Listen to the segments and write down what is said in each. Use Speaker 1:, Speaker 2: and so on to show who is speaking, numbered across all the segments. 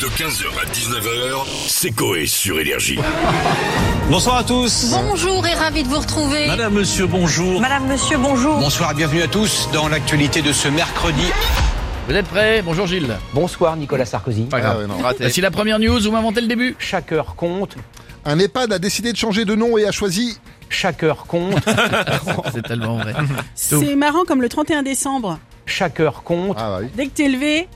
Speaker 1: De 15h à 19h, c'est Coé sur Énergie.
Speaker 2: Bonsoir à tous.
Speaker 3: Bonjour et ravi de vous retrouver.
Speaker 2: Madame, monsieur, bonjour.
Speaker 4: Madame, monsieur, bonjour.
Speaker 5: Bonsoir et bienvenue à tous dans l'actualité de ce mercredi.
Speaker 6: Vous êtes prêts Bonjour Gilles.
Speaker 5: Bonsoir Nicolas Sarkozy.
Speaker 7: Ah
Speaker 6: Pas grave. Voici la première news, vous m'inventez le début.
Speaker 5: Chaque heure compte,
Speaker 8: Un EHPAD a décidé de changer de nom et a choisi.
Speaker 5: chaque heure compte,
Speaker 6: Ah, C'est tellement vrai. Tout.
Speaker 9: C'est marrant comme le 31 décembre.
Speaker 5: chaque heure compte.
Speaker 8: Ah bah oui.
Speaker 9: Dès que t'es levé,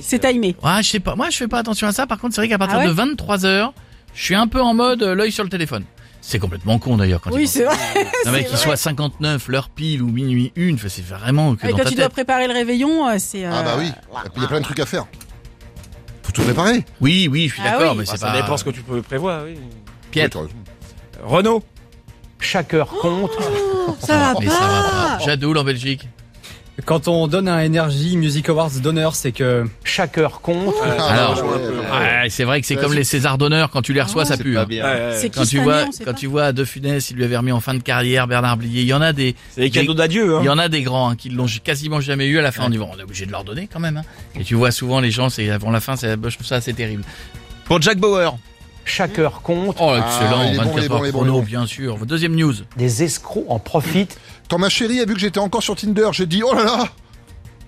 Speaker 9: c'est timé.
Speaker 6: Ah, je sais pas. Moi, je fais pas attention à ça. Par contre, c'est vrai qu'à partir
Speaker 9: Ah ouais
Speaker 6: de 23h, je suis un peu en mode euh, l'œil sur le téléphone. C'est complètement con d'ailleurs quand
Speaker 9: Oui,
Speaker 6: il
Speaker 9: c'est vrai.
Speaker 6: Non, mais
Speaker 9: c'est
Speaker 6: qu'il
Speaker 9: vrai.
Speaker 6: soit 59, l'heure pile ou minuit une, c'est vraiment que
Speaker 9: Et
Speaker 6: dans
Speaker 9: quand
Speaker 6: ta
Speaker 9: tu dois
Speaker 6: tête.
Speaker 9: préparer le réveillon, euh, c'est. euh,
Speaker 8: Ah bah oui. Il y a plein de trucs à faire. Faut tout préparer.
Speaker 6: Oui, oui, je suis
Speaker 9: Ah
Speaker 6: d'accord,
Speaker 9: oui.
Speaker 6: mais c'est
Speaker 7: Bah, ça
Speaker 6: pas.
Speaker 7: dépend ce que tu peux prévoir, oui.
Speaker 6: Piètre.
Speaker 8: Oui, t'as raison.
Speaker 7: Renault
Speaker 5: Chaque heure compte,
Speaker 9: Ça va
Speaker 6: Ah, Mais ça va pas.
Speaker 9: pas.
Speaker 6: Jadoul en Belgique.
Speaker 10: Quand on donne un Energy Music Awards d'honneur, c'est que
Speaker 5: chaque heure compte,
Speaker 7: Euh,
Speaker 8: Ah,
Speaker 6: Alors,
Speaker 8: ouais, ouais, ouais.
Speaker 6: Ouais, c'est vrai que c'est
Speaker 8: Ouais,
Speaker 6: comme
Speaker 8: c'est-
Speaker 6: les Césars d'honneur, quand tu les reçois,
Speaker 9: Ah
Speaker 6: ça
Speaker 9: ouais.
Speaker 6: pue. hein.
Speaker 9: C'est qui
Speaker 6: Quand tu
Speaker 9: cette
Speaker 6: vois,
Speaker 9: année, on sait
Speaker 6: quand
Speaker 9: pas.
Speaker 6: tu vois De Funès, il lui avait remis en fin de carrière Bernard Blier. Il y en a des,
Speaker 7: les
Speaker 6: cadeaux
Speaker 7: cadeaux d'adieu.
Speaker 6: Il y en a des grands hein, qui l'ont quasiment jamais eu à la fin. On dit bon, on est obligé de leur donner quand même. hein. Et tu vois souvent les gens, c'est avant la fin, c'est, bah, je trouve ça assez terrible. Pour Jack Bauer.
Speaker 5: chaque heure compte.
Speaker 6: Oh,
Speaker 8: Ah,
Speaker 6: excellent,
Speaker 8: il est bon,
Speaker 6: 24
Speaker 8: il est bon,
Speaker 6: heures
Speaker 8: il est bon,
Speaker 6: chrono,
Speaker 8: il est bon.
Speaker 6: bien sûr. Deuxième news.
Speaker 5: Des escrocs en profitent,
Speaker 8: Quand ma chérie a vu que j'étais encore sur Tinder, j'ai dit oh là là.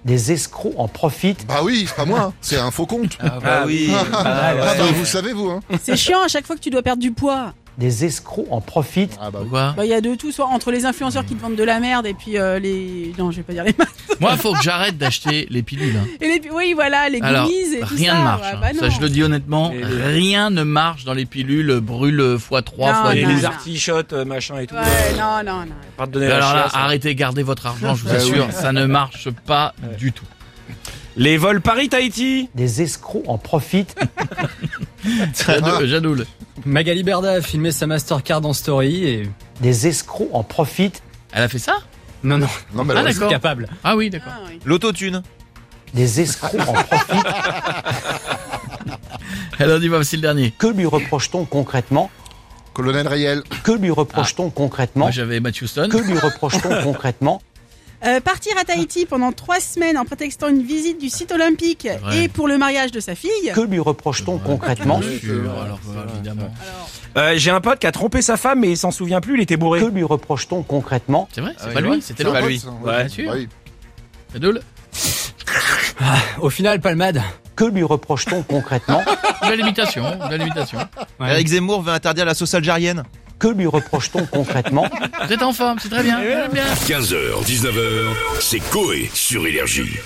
Speaker 5: des escrocs en profitent.
Speaker 8: Bah oui, c'est pas moi. hein. C'est un faux compte.
Speaker 7: Ah, bah oui.
Speaker 8: Ah bah vous savez vous. Hein.
Speaker 9: C'est chiant à chaque fois que tu dois perdre du poids.
Speaker 5: Des escrocs en profitent.
Speaker 8: Ah bah oui.
Speaker 6: Pourquoi
Speaker 9: Bah, Il y a de tout, soit entre les influenceurs qui te vendent de la merde et puis euh, les. Non, je vais pas dire les marques.
Speaker 6: Moi, faut que j'arrête d'acheter les pilules. hein.
Speaker 9: Et les... Oui, voilà, les
Speaker 6: Alors,
Speaker 9: gummies et tout
Speaker 6: rien
Speaker 9: ça.
Speaker 6: ne marche.
Speaker 9: Ouais,
Speaker 6: hein.
Speaker 9: bah
Speaker 6: ça,
Speaker 9: non.
Speaker 6: je le dis honnêtement,
Speaker 7: Et-
Speaker 6: rien ne marche dans les pilules brûle
Speaker 9: Non,
Speaker 6: x3,
Speaker 7: Et
Speaker 6: x12.
Speaker 7: les
Speaker 9: non.
Speaker 7: artichotes, euh, machin et tout.
Speaker 9: Ouais, non, non, non.
Speaker 7: Pas de donner la
Speaker 6: Alors là,
Speaker 7: chiasse, hein.
Speaker 6: arrêtez, gardez votre argent, je vous
Speaker 8: Ouais,
Speaker 6: assure, ça ne marche pas du tout.
Speaker 7: Les vols Paris-Tahiti
Speaker 5: Des escrocs en profitent.
Speaker 6: Jadou- Jadoul.
Speaker 10: Magali Berda a filmé sa Mastercard en story et...
Speaker 5: Des escrocs en profitent.
Speaker 6: Elle a fait ça
Speaker 10: Non, non,
Speaker 8: Non mais
Speaker 6: Ah,
Speaker 8: alors,
Speaker 6: d'accord.
Speaker 10: capable.
Speaker 6: Ah oui, d'accord.
Speaker 9: Ah, oui.
Speaker 7: L'autotune.
Speaker 5: Des escrocs en profitent.
Speaker 6: Alors, dis-moi, bah, c'est le dernier.
Speaker 5: Que lui reproche-t-on concrètement
Speaker 8: colonel Rayel.
Speaker 5: Que lui reproche-t-on concrètement
Speaker 6: Moi, j'avais Matt Houston.
Speaker 5: Que lui reproche-t-on concrètement
Speaker 9: Euh, partir à Tahiti pendant trois semaines en prétextant une visite du site olympique
Speaker 6: vrai.
Speaker 9: et pour le mariage de sa fille.
Speaker 5: Que lui reproche-t-on concrètement
Speaker 6: Bien sûr, alors, évidemment.
Speaker 7: Euh, J'ai un pote qui a trompé sa femme mais il s'en souvient plus, il était
Speaker 5: Que
Speaker 7: bourré.
Speaker 5: lui reproche-t-on concrètement
Speaker 6: C'est Ah, vrai, c'est pas lui, c'était
Speaker 8: C'est un
Speaker 6: l'autre.
Speaker 8: pote,
Speaker 6: lui.
Speaker 8: ça, ouais.
Speaker 6: Bien sûr.
Speaker 8: Bah oui.
Speaker 6: Jadoul.
Speaker 10: Au final, palmade.
Speaker 5: Que lui reproche-t-on concrètement
Speaker 6: Belle imitation, belle imitation.
Speaker 10: Ouais.
Speaker 7: Zemmour veut interdire la sauce algérienne.
Speaker 5: Que lui reproche-t-on concrètement
Speaker 6: Vous êtes en forme, c'est très bien. J'aime bien.
Speaker 1: 15h, 19h, c'est Coé sur Énergie.